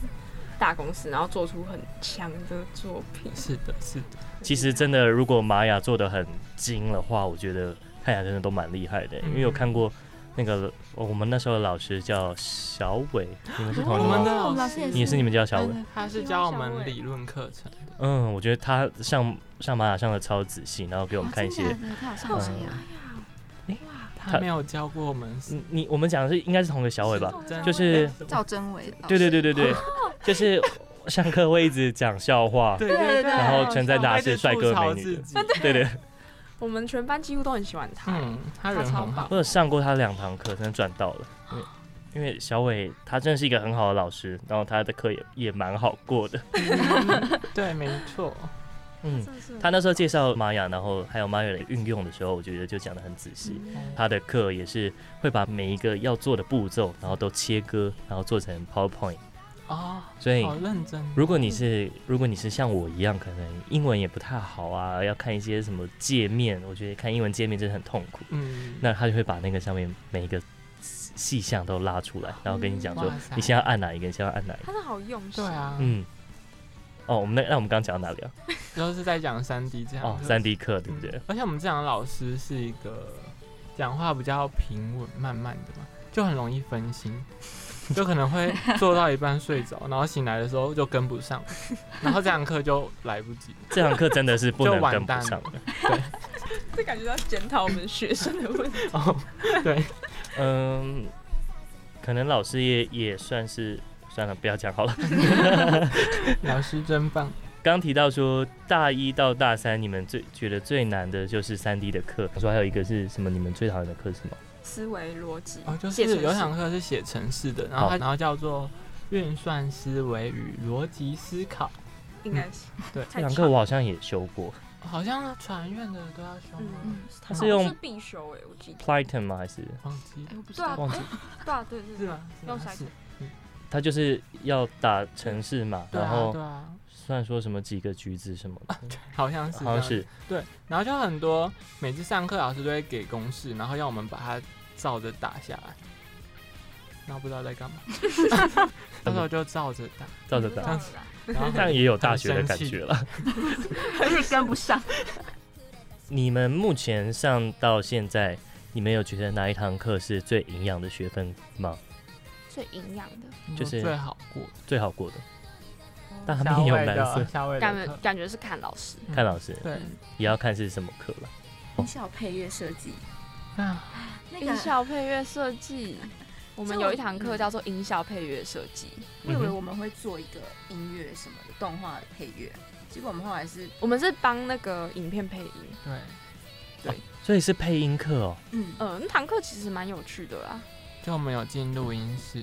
[SPEAKER 4] 大公司，然后做出很强的作 品。
[SPEAKER 3] 是的，是的，
[SPEAKER 2] 其实真的如果玛雅做的很精的话，我觉得看起来真的都蛮厉害的，
[SPEAKER 3] 嗯
[SPEAKER 2] 因为有看过那个哦我们那时候的老师叫小伟，你们是同一个
[SPEAKER 3] 我们
[SPEAKER 2] 吗？
[SPEAKER 3] 的嗯
[SPEAKER 5] 哦
[SPEAKER 3] 老
[SPEAKER 5] 老
[SPEAKER 3] 师
[SPEAKER 5] 师也
[SPEAKER 2] 你也是你们叫小伟，
[SPEAKER 3] 他是教我们理论课程的，
[SPEAKER 2] 嗯，我觉得他上上玛雅上的超仔细，然后给我们看一些
[SPEAKER 3] 啊
[SPEAKER 2] 嗯
[SPEAKER 5] 哦真的假的他有上什么呀？
[SPEAKER 3] 他没有教过我们
[SPEAKER 2] 你你我们讲的是应该是同一个小嗯伟吧？
[SPEAKER 3] 真
[SPEAKER 2] 就
[SPEAKER 3] 的
[SPEAKER 2] 是
[SPEAKER 5] 啊赵真伟老师，
[SPEAKER 2] 对对对对 对，就是上课会一直讲笑话，
[SPEAKER 3] 对
[SPEAKER 5] 对对对
[SPEAKER 2] 然后称赞大家
[SPEAKER 3] 他一直
[SPEAKER 2] 是帅哥
[SPEAKER 3] 吐槽
[SPEAKER 2] 美
[SPEAKER 3] 自
[SPEAKER 2] 女的，
[SPEAKER 3] 己，
[SPEAKER 2] 对对，
[SPEAKER 4] 我们全班几乎都很喜欢他，
[SPEAKER 3] 嗯，他
[SPEAKER 4] 他
[SPEAKER 3] 人
[SPEAKER 4] 超
[SPEAKER 3] 很好
[SPEAKER 4] 棒，。
[SPEAKER 2] 我有上过他两堂课，真的赚到了。因为因为小伟他真的是一个很好的老师，然后他的课也也蛮好过的。
[SPEAKER 3] 对，没错，
[SPEAKER 2] 嗯，
[SPEAKER 4] 真的是
[SPEAKER 2] 他那时候介绍玛雅，然后还有玛雅的运用的时候，我觉得就讲得很仔细。
[SPEAKER 4] 嗯
[SPEAKER 3] 嗯
[SPEAKER 2] 他的课也是会把每一个要做的步骤，然后都切割，然后做成 PowerPoint。
[SPEAKER 3] 哦，
[SPEAKER 2] 所以
[SPEAKER 3] 好认真。哦
[SPEAKER 2] 如果你
[SPEAKER 3] 嗯
[SPEAKER 2] 是如果你是像我一样，可能英文也不太好啊，要看一些什么界面，我觉得看英文界面真的很痛苦。
[SPEAKER 3] 嗯，
[SPEAKER 2] 那他就会把那个上面每一个细项都拉出来，然后跟你讲说
[SPEAKER 3] 哦哇塞，
[SPEAKER 2] 你先要按哪一个，你先要按哪一个。
[SPEAKER 4] 他是好用心，
[SPEAKER 3] 对，啊，
[SPEAKER 2] 嗯，哦，我们那那我们刚刚讲到哪里啊？
[SPEAKER 3] 都是在讲三 D 这样。
[SPEAKER 2] 哦
[SPEAKER 3] 就，是
[SPEAKER 2] 三 D 课对不
[SPEAKER 3] 嗯
[SPEAKER 2] 对？
[SPEAKER 3] 而且我们这样的老师是一个讲话比较平稳、慢慢的嘛，就很容易分心， 就可能会做到一半睡着，然后醒来的时候就跟不 上，然后这堂课就来不及。
[SPEAKER 2] 这堂课真的是不
[SPEAKER 3] 就
[SPEAKER 2] 能
[SPEAKER 3] 完
[SPEAKER 2] 跟不
[SPEAKER 3] 蛋
[SPEAKER 2] 上
[SPEAKER 3] 了
[SPEAKER 2] 的。
[SPEAKER 4] 这感觉到检讨我们学生的 问题。
[SPEAKER 3] 哦，对，
[SPEAKER 2] 嗯，可能老师也也算是算了，不要讲好了。
[SPEAKER 3] 老师真棒。
[SPEAKER 2] 刚提到说大一到大三，你们最觉得最难的就是三 D 的课，我说还有一个是什么？你们最讨厌的课是什么？
[SPEAKER 4] 思维逻辑
[SPEAKER 3] 哦，就
[SPEAKER 4] 写程
[SPEAKER 3] 是
[SPEAKER 4] 式
[SPEAKER 3] 有一堂课是写程式的，然后它
[SPEAKER 2] 好
[SPEAKER 3] 然后叫做运算思维与逻辑思考，
[SPEAKER 4] 应该是
[SPEAKER 3] 嗯对
[SPEAKER 2] 这
[SPEAKER 4] 太
[SPEAKER 2] 堂
[SPEAKER 4] 长
[SPEAKER 2] 课我好像也修过
[SPEAKER 3] 好像传院的都要修吗，
[SPEAKER 4] 嗯，
[SPEAKER 2] 它
[SPEAKER 4] 好
[SPEAKER 2] 是
[SPEAKER 4] 像
[SPEAKER 2] 用
[SPEAKER 4] 是必修哎，我记得。
[SPEAKER 2] ，Python 吗？还是
[SPEAKER 3] 忘记
[SPEAKER 5] 哎，我不知
[SPEAKER 4] 对啊，
[SPEAKER 5] 道，
[SPEAKER 2] 忘记
[SPEAKER 4] 哎对啊，对对
[SPEAKER 3] 是
[SPEAKER 4] 对，
[SPEAKER 3] 吗？是吗
[SPEAKER 4] 用筛
[SPEAKER 3] 是
[SPEAKER 4] 选
[SPEAKER 2] 它就是要打城市嘛，
[SPEAKER 3] 对
[SPEAKER 2] 然
[SPEAKER 3] 啊，
[SPEAKER 2] 后
[SPEAKER 3] 对啊，
[SPEAKER 2] 算说什么几个橘子什么的，
[SPEAKER 3] 好像是，
[SPEAKER 2] 好像是
[SPEAKER 3] 对，然后就很多每次上课老师都会给公式，然后要我们把它照着打下来，然后不知道在 干嘛，到时候就照着打，
[SPEAKER 2] 照着
[SPEAKER 4] 这
[SPEAKER 2] 打，
[SPEAKER 4] 样
[SPEAKER 3] 子
[SPEAKER 4] 子。
[SPEAKER 3] 然后
[SPEAKER 2] 这样也有大学的
[SPEAKER 3] 嗯 很
[SPEAKER 2] 感
[SPEAKER 3] 生气
[SPEAKER 2] 觉了。
[SPEAKER 5] 而且跟不上。
[SPEAKER 2] 你们目前上到现在，你们有觉得哪一堂课是最营养的学分吗？
[SPEAKER 4] 最营养的，
[SPEAKER 2] 就是
[SPEAKER 3] 最好过的。
[SPEAKER 2] 最好过的？大
[SPEAKER 3] 夏
[SPEAKER 2] 面有
[SPEAKER 3] 威
[SPEAKER 2] 蓝色
[SPEAKER 3] 的，，夏威
[SPEAKER 4] 感
[SPEAKER 3] 的
[SPEAKER 4] 觉
[SPEAKER 3] 课，
[SPEAKER 4] 感觉是看老师，
[SPEAKER 2] 看老师
[SPEAKER 3] 对，
[SPEAKER 2] 也要看是什么课了。
[SPEAKER 5] 音效配乐设计，
[SPEAKER 3] 那
[SPEAKER 5] 那
[SPEAKER 4] 音
[SPEAKER 5] 个
[SPEAKER 4] 效配乐设 计。我们
[SPEAKER 5] 这
[SPEAKER 4] 有
[SPEAKER 5] 我嗯
[SPEAKER 4] 一堂课叫做音效配乐设计，
[SPEAKER 5] 我以为我们会做一个音乐什么的动画配乐，结果我们后来是
[SPEAKER 4] 我们是帮那个影片配音。
[SPEAKER 3] 对，
[SPEAKER 2] 所以是配音课哦，
[SPEAKER 5] 嗯，
[SPEAKER 4] 呃，那堂课其实蛮有趣的啦，
[SPEAKER 3] 就我们有进录音室，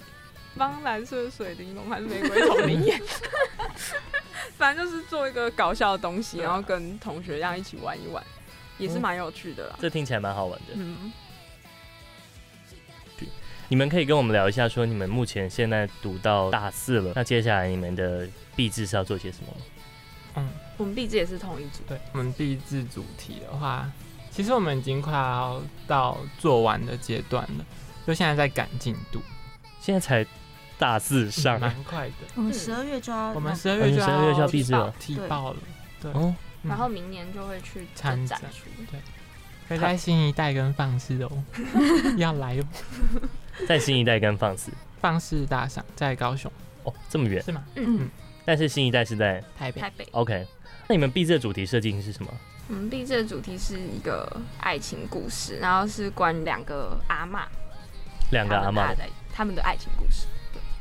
[SPEAKER 4] 帮蓝色水玲珑还是玫瑰
[SPEAKER 5] 哦
[SPEAKER 4] 同林 演，反正就是做一个搞笑的东西，
[SPEAKER 3] 对啊
[SPEAKER 4] 然后跟同学这样一起玩一玩，也是
[SPEAKER 2] 嗯
[SPEAKER 4] 蛮有趣的啦。
[SPEAKER 2] 这听起来蛮好玩的。
[SPEAKER 4] 嗯，
[SPEAKER 2] 你们可以跟我们聊一下，说你们目前现在读到大四了，那接下来你们的毕制是要做些什么吗？
[SPEAKER 4] 我们毕竟也是同一组，
[SPEAKER 3] 对，我们毕制主题的话，其实我们已经快要到做完的阶段了，就现在在赶进度，
[SPEAKER 2] 现在才大四上啊，
[SPEAKER 3] 蛮快的。
[SPEAKER 5] 我们十二月就要
[SPEAKER 3] 我们
[SPEAKER 5] 那
[SPEAKER 3] 十二
[SPEAKER 2] 哦
[SPEAKER 3] 月
[SPEAKER 2] 你
[SPEAKER 3] 就
[SPEAKER 2] 十二月就要
[SPEAKER 3] 要
[SPEAKER 2] 毕制了
[SPEAKER 3] 踢
[SPEAKER 5] 对
[SPEAKER 3] 爆了，
[SPEAKER 2] 哦，
[SPEAKER 3] 嗯
[SPEAKER 4] 然后明年就会去
[SPEAKER 3] 参
[SPEAKER 4] 展
[SPEAKER 3] 展
[SPEAKER 4] 出。
[SPEAKER 3] 对，可以在新一代跟放肆哦， 要来哦，
[SPEAKER 2] 在新一代跟放肆
[SPEAKER 3] 放肆大赏在高雄
[SPEAKER 2] 哦，这么远，
[SPEAKER 3] 是吗？
[SPEAKER 4] 嗯，
[SPEAKER 2] 但是新一代是在
[SPEAKER 3] 台北
[SPEAKER 4] 台北。
[SPEAKER 2] OK。那你们毕制的主题设定是什么？
[SPEAKER 4] 我们毕这的主题是一个爱情故事，然后是关于两个阿嬷，
[SPEAKER 2] 两个
[SPEAKER 4] 他
[SPEAKER 2] 阿
[SPEAKER 4] 们
[SPEAKER 2] 嬷的，
[SPEAKER 4] 的他们的爱情故事。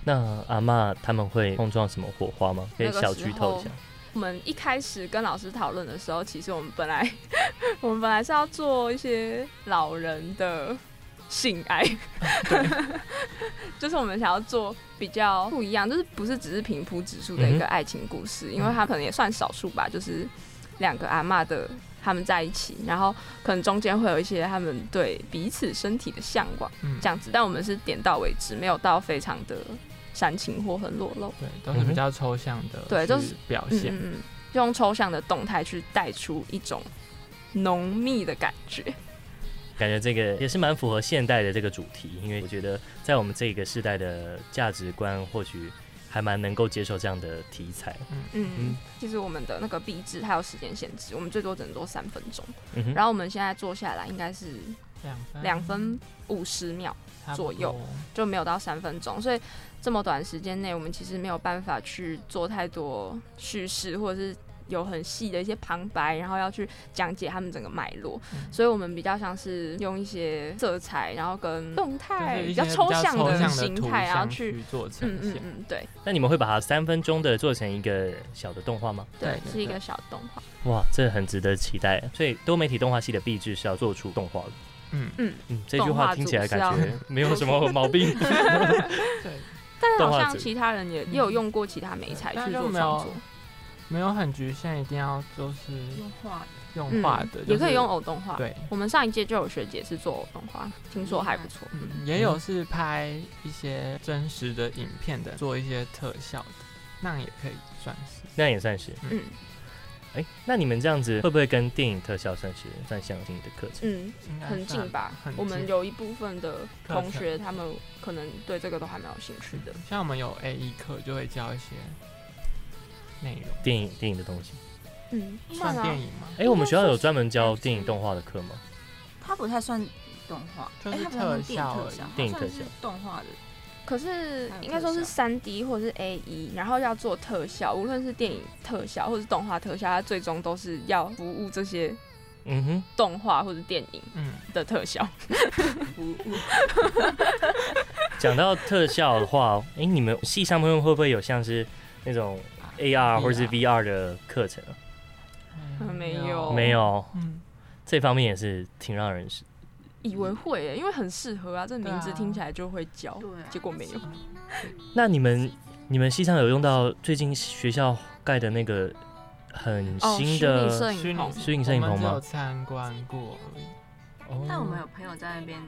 [SPEAKER 2] 那阿嬷他们会碰撞什么火花吗？可以
[SPEAKER 4] 那个
[SPEAKER 2] 小
[SPEAKER 4] 时
[SPEAKER 2] 剧透一
[SPEAKER 4] 候
[SPEAKER 2] 下。
[SPEAKER 4] 我们一开始跟老师讨论的时候，其实我们本来 我们本来是要做一些老人的性爱， 就是我们想要做比较不一样，就是不是只是平铺直述的一个爱情故事，因为它可能也算少数吧，就是两个阿嬷的。他们在一起，然后可能中间会有一些他们对彼此身体的向往，
[SPEAKER 3] 嗯
[SPEAKER 4] 这样子。但我们是点到为止，没有到非常的煽情或很裸露。
[SPEAKER 3] 对，都是比较抽象的，
[SPEAKER 4] 对都是
[SPEAKER 3] 表
[SPEAKER 4] 嗯
[SPEAKER 3] 现。
[SPEAKER 4] 嗯嗯，用抽象的动态去带出一种浓密的感觉。
[SPEAKER 2] 感觉这个也是蛮符合现代的这个主题，因为我觉得在我们这个世代的价值观，或许还蛮能够接受这样的题材。
[SPEAKER 4] 嗯，
[SPEAKER 2] 嗯
[SPEAKER 4] 其实我们的那个壁纸它有时间限制，我们最多只能做三分钟。
[SPEAKER 2] 嗯哼，
[SPEAKER 4] 然后我们现在做下来应该是
[SPEAKER 3] 两分
[SPEAKER 4] 两分五十秒，
[SPEAKER 3] 差不多
[SPEAKER 4] 左右，就没有到三分钟，所以这么短时间内，我们其实没有办法去做太多叙事，或者是有很细的一些旁白，然后要去讲解他们整个脉络。
[SPEAKER 3] 嗯
[SPEAKER 4] 所以我们比较像是用一些色彩，然后跟动态
[SPEAKER 3] 就是
[SPEAKER 4] 比
[SPEAKER 3] 一些
[SPEAKER 4] 较
[SPEAKER 3] 比较
[SPEAKER 4] 抽象
[SPEAKER 3] 抽
[SPEAKER 4] 的
[SPEAKER 3] 象
[SPEAKER 4] 形
[SPEAKER 3] 图
[SPEAKER 4] 态，然后
[SPEAKER 3] 像
[SPEAKER 4] 去。
[SPEAKER 3] 去做呈
[SPEAKER 4] 嗯嗯
[SPEAKER 3] 现。
[SPEAKER 4] 嗯，对
[SPEAKER 2] 那你们会把它三分钟的做成一个小的动画吗？
[SPEAKER 4] 对
[SPEAKER 3] 对，对
[SPEAKER 4] 是一
[SPEAKER 3] 对
[SPEAKER 4] 个小动画。
[SPEAKER 2] 哇，这很值得期待。所以多媒体动画系的壁纸是要做出动画的。
[SPEAKER 3] 嗯，
[SPEAKER 4] 嗯，
[SPEAKER 2] 嗯，这句话听起来感
[SPEAKER 4] 动画组
[SPEAKER 2] 觉没有什么毛 病。
[SPEAKER 4] 嗯
[SPEAKER 3] 对，
[SPEAKER 4] 但是
[SPEAKER 2] 动
[SPEAKER 4] 好
[SPEAKER 2] 画
[SPEAKER 4] 像
[SPEAKER 2] 组
[SPEAKER 4] 其他人也也有用过其他媒材
[SPEAKER 3] 但
[SPEAKER 4] 去
[SPEAKER 3] 就
[SPEAKER 4] 做
[SPEAKER 3] 没
[SPEAKER 4] 创
[SPEAKER 3] 有
[SPEAKER 4] 作，
[SPEAKER 3] 没有很局限，一定要就是
[SPEAKER 5] 用画的，
[SPEAKER 3] 用画的，就
[SPEAKER 4] 嗯也可以
[SPEAKER 3] 是
[SPEAKER 4] 用偶动画。
[SPEAKER 3] 对，
[SPEAKER 4] 我们上一届就有学姐是做偶动画，听说还不错。
[SPEAKER 3] 嗯，也有是拍一些真实的影片的，做一些特效的，那也可以算是。
[SPEAKER 2] 那也算是。
[SPEAKER 4] 嗯
[SPEAKER 2] 哎，那你们这样子会不会跟电影特效算是算相近的课程？
[SPEAKER 4] 嗯，
[SPEAKER 3] 应该
[SPEAKER 4] 很近
[SPEAKER 3] 算
[SPEAKER 4] 吧
[SPEAKER 3] 很？
[SPEAKER 4] 我们
[SPEAKER 3] 近
[SPEAKER 4] 有一部分的
[SPEAKER 3] 课程
[SPEAKER 4] 同学，他们可能对这个都还蛮有兴趣的。
[SPEAKER 3] 像我们有 A E 课就会教一些内容，
[SPEAKER 2] 电影电影的东西。
[SPEAKER 4] 嗯，
[SPEAKER 3] 算
[SPEAKER 4] 啊
[SPEAKER 3] 电，影吗？
[SPEAKER 2] 哎，我们学校有专门教电影动画的课吗？
[SPEAKER 5] 它不太算动画，
[SPEAKER 3] 就
[SPEAKER 5] 哎
[SPEAKER 3] 是
[SPEAKER 5] 它不太算
[SPEAKER 3] 特效而已
[SPEAKER 2] 电
[SPEAKER 5] 电
[SPEAKER 2] 影
[SPEAKER 5] 影
[SPEAKER 2] 特
[SPEAKER 5] 特效，它
[SPEAKER 2] 效
[SPEAKER 5] 算是动画的。
[SPEAKER 4] 可是
[SPEAKER 5] 还有
[SPEAKER 4] 应该说是
[SPEAKER 5] 特
[SPEAKER 4] 三 D 或者是 A E，然后要做特效，无论是电影特效或是动画特效，它最终都是要服务这些
[SPEAKER 2] 嗯哼，
[SPEAKER 4] 动画或者电影
[SPEAKER 3] 嗯，
[SPEAKER 4] 的特效。
[SPEAKER 2] 讲到特效的话，哎，你们系上面会不会有像是那种 AR 或者是 VR 的课程啊？
[SPEAKER 4] 嗯 没有
[SPEAKER 2] 没有，
[SPEAKER 3] 嗯，
[SPEAKER 2] 这方面也是挺让人是
[SPEAKER 4] 以为会耶，因为很适合啊，这名字
[SPEAKER 3] 对啊
[SPEAKER 4] 听起来就会教，
[SPEAKER 5] 对啊
[SPEAKER 4] 结果没有。
[SPEAKER 2] 那你们你们系上有用到最近学校盖的那个很
[SPEAKER 4] 哦，虚
[SPEAKER 2] 新
[SPEAKER 4] 拟
[SPEAKER 2] 的
[SPEAKER 4] 摄
[SPEAKER 3] 虚
[SPEAKER 4] 影
[SPEAKER 3] 拟
[SPEAKER 4] 棚，
[SPEAKER 2] 虚拟摄
[SPEAKER 3] 我
[SPEAKER 2] 影
[SPEAKER 3] 们
[SPEAKER 2] 棚
[SPEAKER 3] 只有
[SPEAKER 2] 吗？
[SPEAKER 3] 参观过而已，
[SPEAKER 2] 哦
[SPEAKER 5] 但我们有朋友在那边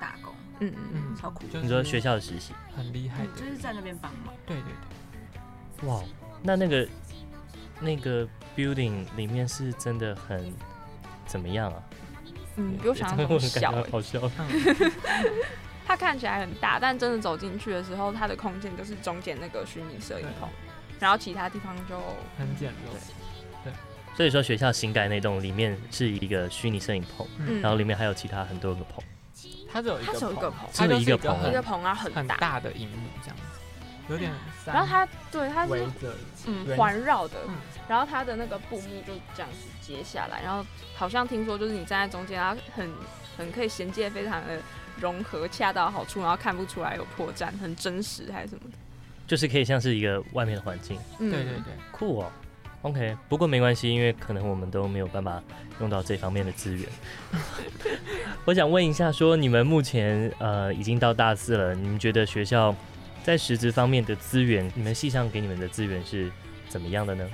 [SPEAKER 5] 打工，
[SPEAKER 4] 嗯嗯嗯，
[SPEAKER 3] 嗯，
[SPEAKER 5] 超酷
[SPEAKER 3] 就是
[SPEAKER 2] 你说学校的实习，
[SPEAKER 3] 很厉害
[SPEAKER 5] 嗯
[SPEAKER 3] 的
[SPEAKER 5] 就，是在那边帮忙。
[SPEAKER 3] 对对对，
[SPEAKER 2] 哇，那那个那个 building 里面是真的很怎么样啊？
[SPEAKER 4] 嗯，比我想象
[SPEAKER 2] 我
[SPEAKER 4] 中
[SPEAKER 2] 感觉
[SPEAKER 4] 小欸耶。
[SPEAKER 2] 好笑。
[SPEAKER 3] 嗯，
[SPEAKER 4] 它看起来很大，但真的走进去的时候，它的空间就是中间那个虚拟摄影棚，然后其他地方就
[SPEAKER 3] 很简陋，
[SPEAKER 2] 所以说学校新盖那栋里面是一个虚拟摄影棚，
[SPEAKER 4] 嗯，
[SPEAKER 2] 然后里面还有其他很多个棚。
[SPEAKER 3] 它只有一
[SPEAKER 4] 它只有一
[SPEAKER 3] 个
[SPEAKER 4] 个
[SPEAKER 3] 棚，
[SPEAKER 4] 棚
[SPEAKER 3] 它
[SPEAKER 2] 只有
[SPEAKER 3] 就
[SPEAKER 2] 一
[SPEAKER 3] 是
[SPEAKER 2] 个
[SPEAKER 3] 一
[SPEAKER 2] 棚
[SPEAKER 4] 一
[SPEAKER 3] 很
[SPEAKER 4] 个棚啊很
[SPEAKER 3] 很
[SPEAKER 4] 大，
[SPEAKER 3] 大的荧幕这样子，有点三
[SPEAKER 4] 然后它对它
[SPEAKER 3] 围
[SPEAKER 4] 是
[SPEAKER 3] 着，
[SPEAKER 4] 嗯
[SPEAKER 3] 圆
[SPEAKER 4] 环绕的
[SPEAKER 3] 嗯，
[SPEAKER 4] 然后它的那个布幕就这样子接下来，然后好像听说就是你站在中间，然后很很可以衔接非常的融合，恰到好处，然后看不出来有破绽，很真实还是什么的，
[SPEAKER 2] 就是可以像是一个外面的环境，
[SPEAKER 4] 嗯，
[SPEAKER 3] 对对对，
[SPEAKER 2] 酷哦。OK，不过没关系，因为可能我们都没有办法用到这方面的资源。我想问一下说你们目前呃已经到大四了，你们觉得学校在实质方面的资源，你们系上给你们的资源是怎么样的呢？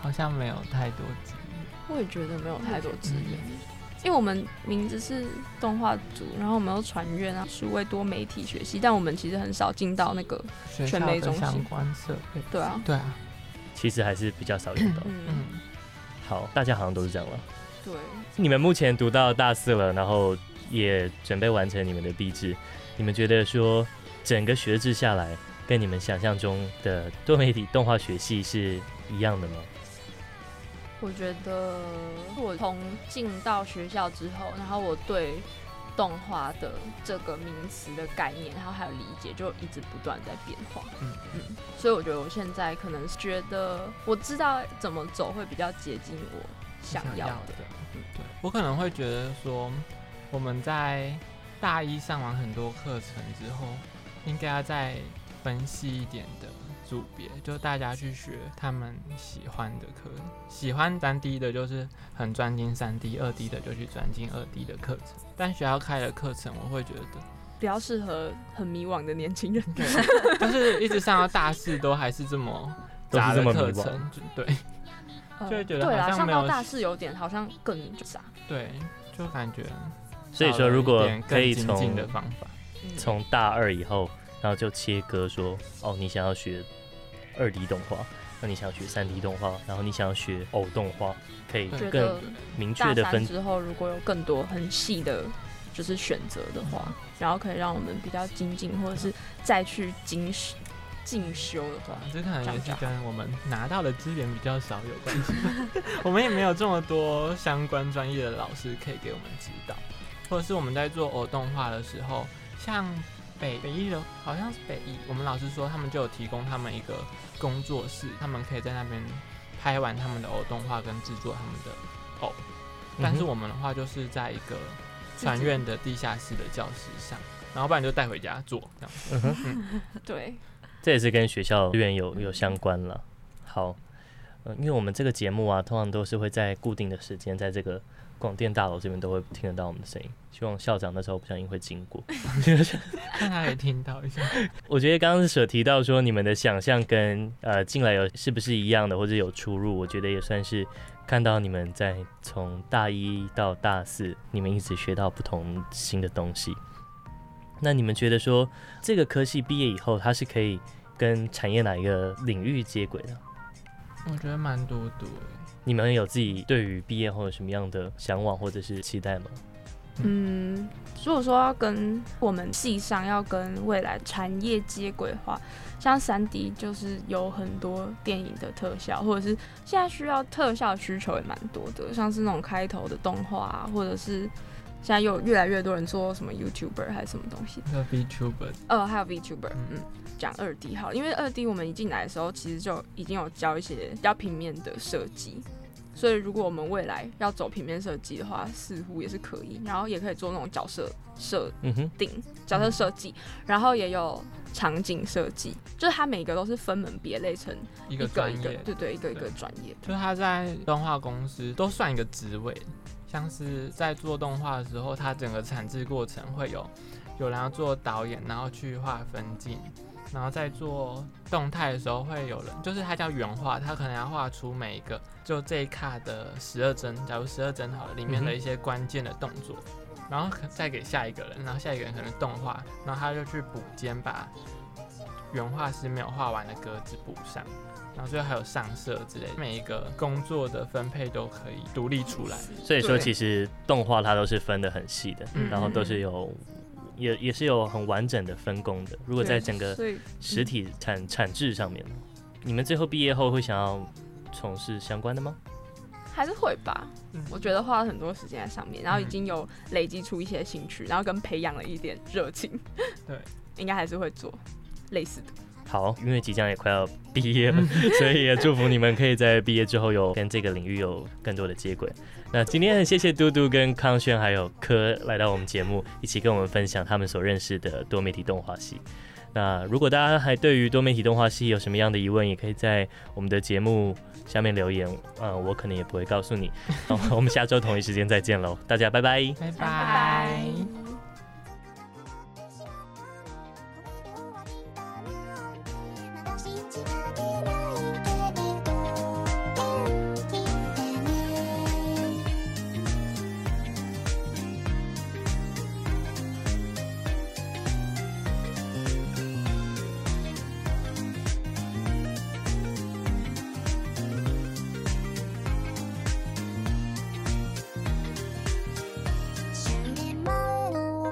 [SPEAKER 3] 好像没有太多资源
[SPEAKER 4] 我也觉得没有太多资源，因为我们名字是动画组，然后我们又传院啊，数位多媒体学习，但我们其实很少进到那个，
[SPEAKER 3] 学校
[SPEAKER 4] 全美
[SPEAKER 3] 的
[SPEAKER 4] 中心
[SPEAKER 3] 相关设备，
[SPEAKER 4] 对啊，
[SPEAKER 3] 对啊，
[SPEAKER 2] 其实还是比较少 用到。
[SPEAKER 4] 嗯，
[SPEAKER 3] 嗯，
[SPEAKER 2] 好，大家好像都是这样了。
[SPEAKER 4] 对，
[SPEAKER 2] 你们目前读到大四了，然后也准备完成你们的毕制，你们觉得说整个学制下来，跟你们想象中的多媒体动画学系是一样的吗？
[SPEAKER 4] 我觉得我从进到学校之后，然后我对动画的这个名词的概念，然后还有理解，就一直不断在变化。
[SPEAKER 3] 嗯
[SPEAKER 4] 嗯，所以我觉得我现在可能觉得我知道怎么走会比较接近我想要的。
[SPEAKER 3] 嗯对，我可能会觉得说，我们在大一上完很多课程之后，应该要再分析一点的组别，就大家去学他们喜欢的课。喜欢三 D 的，就是很专精三 D；二 D 的就去专精二 D 的课程。但学校开的课程，我会 觉得
[SPEAKER 6] 比较适合很迷惘的年轻人。
[SPEAKER 3] 对，就是一直上到大四都还是这么杂的
[SPEAKER 2] 都是这么
[SPEAKER 3] 课
[SPEAKER 2] 迷惘
[SPEAKER 3] 程，就对
[SPEAKER 4] 呃
[SPEAKER 3] 就会觉得
[SPEAKER 4] 对
[SPEAKER 3] 好
[SPEAKER 4] 啦，
[SPEAKER 3] 像
[SPEAKER 4] 上
[SPEAKER 3] 没有
[SPEAKER 4] 到大四有点好像更傻。
[SPEAKER 3] 对，就感觉
[SPEAKER 2] 所以
[SPEAKER 3] 少
[SPEAKER 2] 说，
[SPEAKER 3] 了
[SPEAKER 2] 如
[SPEAKER 3] 一
[SPEAKER 2] 果
[SPEAKER 3] 点更
[SPEAKER 2] 可以
[SPEAKER 3] 精
[SPEAKER 2] 从
[SPEAKER 3] 进的方法，
[SPEAKER 4] 嗯
[SPEAKER 2] 从大二以后，然后就切割说，哦，你想要学二 D 动画，那你想要学三 D 动画，然后你想要学偶动画，可以更
[SPEAKER 4] 觉得
[SPEAKER 2] 明确
[SPEAKER 4] 大
[SPEAKER 2] 的
[SPEAKER 4] 三
[SPEAKER 2] 分。
[SPEAKER 4] 之后，如果有更多很细的，就是选择的话，然后可以让我们比较精进，或者是再去精修进修的
[SPEAKER 3] 对
[SPEAKER 4] 话
[SPEAKER 3] 啊，，这可能也是
[SPEAKER 4] 长大
[SPEAKER 3] 跟我们拿到的资源比较少有关系。 我们也没有这么多相关专业的老师可以给我们指导，或者是我们在做偶动画的时候，像北北一的，好像是北一，我们老师说他们就有提供他们一个工作室，他们可以在那边拍完他们的偶动画跟制作他们的偶。但是
[SPEAKER 2] 嗯哼
[SPEAKER 3] 我们的话就是在一个传院的地下室的教室上，然后不然就带回家做这 样。
[SPEAKER 4] 对，
[SPEAKER 2] 这也是跟学校资源有有相关了。好，呃，因为我们这个节目啊，通常都是会在固定的时间，在这个广电大楼这边都会听得到我们的声音。希望校长那时候不小心会经过。
[SPEAKER 3] 看他也听到一下，
[SPEAKER 2] 我觉得刚刚所提到说你们的想象跟呃进来有是不是一样的，或者有出入，我觉得也算是看到你们在从大一到大四，你们一直学到不同新的东西。那你们觉得说这个科系毕业以后，它是可以跟产业哪一个领域接轨的？
[SPEAKER 3] 我觉得蛮多多的。
[SPEAKER 2] 你们有自己对于毕业后有什么样的向往或者是期待吗？
[SPEAKER 4] 嗯，如果说要跟我们系上要跟未来产业接轨的话，像三 D 就是有很多电影的特效，或者是现在需要特效需求也蛮多的，像是那种开头的动画、啊，或者是现在有越来越多人做什么 YouTuber 还是什么东西，
[SPEAKER 3] 那个 VTuber
[SPEAKER 4] 呃，还有 VTuber，
[SPEAKER 3] 嗯
[SPEAKER 4] 嗯，讲二 D 好了，因为二 D 我们一进来的时候，其实就已经有教一些比较平面的设计，所以如果我们未来要走平面设计的话，似乎也是可以，然后也可以做那种角色设
[SPEAKER 2] 嗯哼，
[SPEAKER 4] 定、角色设计，然后也有场景设计，就是它每个都是分门别类成
[SPEAKER 3] 一
[SPEAKER 4] 一
[SPEAKER 3] 个专
[SPEAKER 4] 一个
[SPEAKER 3] 业，，
[SPEAKER 4] 对对，一个一个
[SPEAKER 3] 对
[SPEAKER 4] 专业，
[SPEAKER 3] 就是他在动画公司都算一个职位，像是在做动画的时候，他整个产制过程会有有人要做导演，然后去画分镜，然后在做动态的时候会有人，就是他叫原画，他可能要画出每一个就这一卡的十二帧，假如十二帧好了，里面
[SPEAKER 4] 嗯
[SPEAKER 3] 的一些关键的动作。然后可再给下一个人，然后下一个人可能动画，然后他就去补间把原画师没有画完的格子补上。然后最后还有上色之类，每一个工作的分配都可以独立出来。
[SPEAKER 2] 所以说
[SPEAKER 4] 对
[SPEAKER 2] 其实动画它都是分的很细的，
[SPEAKER 3] 嗯
[SPEAKER 2] 然后都是有也也是有很完整的分工的。如果在整个
[SPEAKER 4] 所以
[SPEAKER 2] 实体产产制上面，你们最后毕业后会想要从事相关的吗？
[SPEAKER 4] 还是会吧
[SPEAKER 3] 嗯。
[SPEAKER 4] 我觉得花了很多时间在上面，然后已经有累积出一些兴趣，然后跟培养了一点热情。
[SPEAKER 3] 对，
[SPEAKER 4] 应该还是会做类似的。
[SPEAKER 2] 好，因为即将也快要毕业了， 所以也祝福你们可以在毕业之后有跟这个领域有更多的接轨。那今天很谢谢嘟嘟跟康轩还有柯来到我们节目，一起跟我们分享他们所认识的多媒体动画系。那如果大家还对于多媒体动画系有什么样的疑问，也可以在我们的节目下面留言，呃，我可能也不会告诉你。好，我们下周同一时间再见喽，大家拜拜。
[SPEAKER 3] 拜
[SPEAKER 4] 拜
[SPEAKER 3] 拜。
[SPEAKER 7] 想念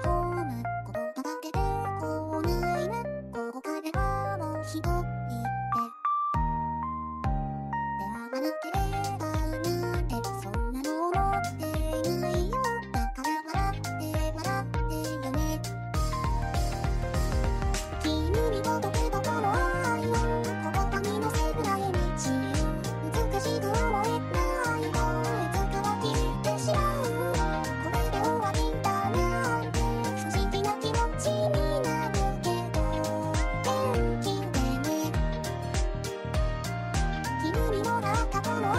[SPEAKER 7] 海の中この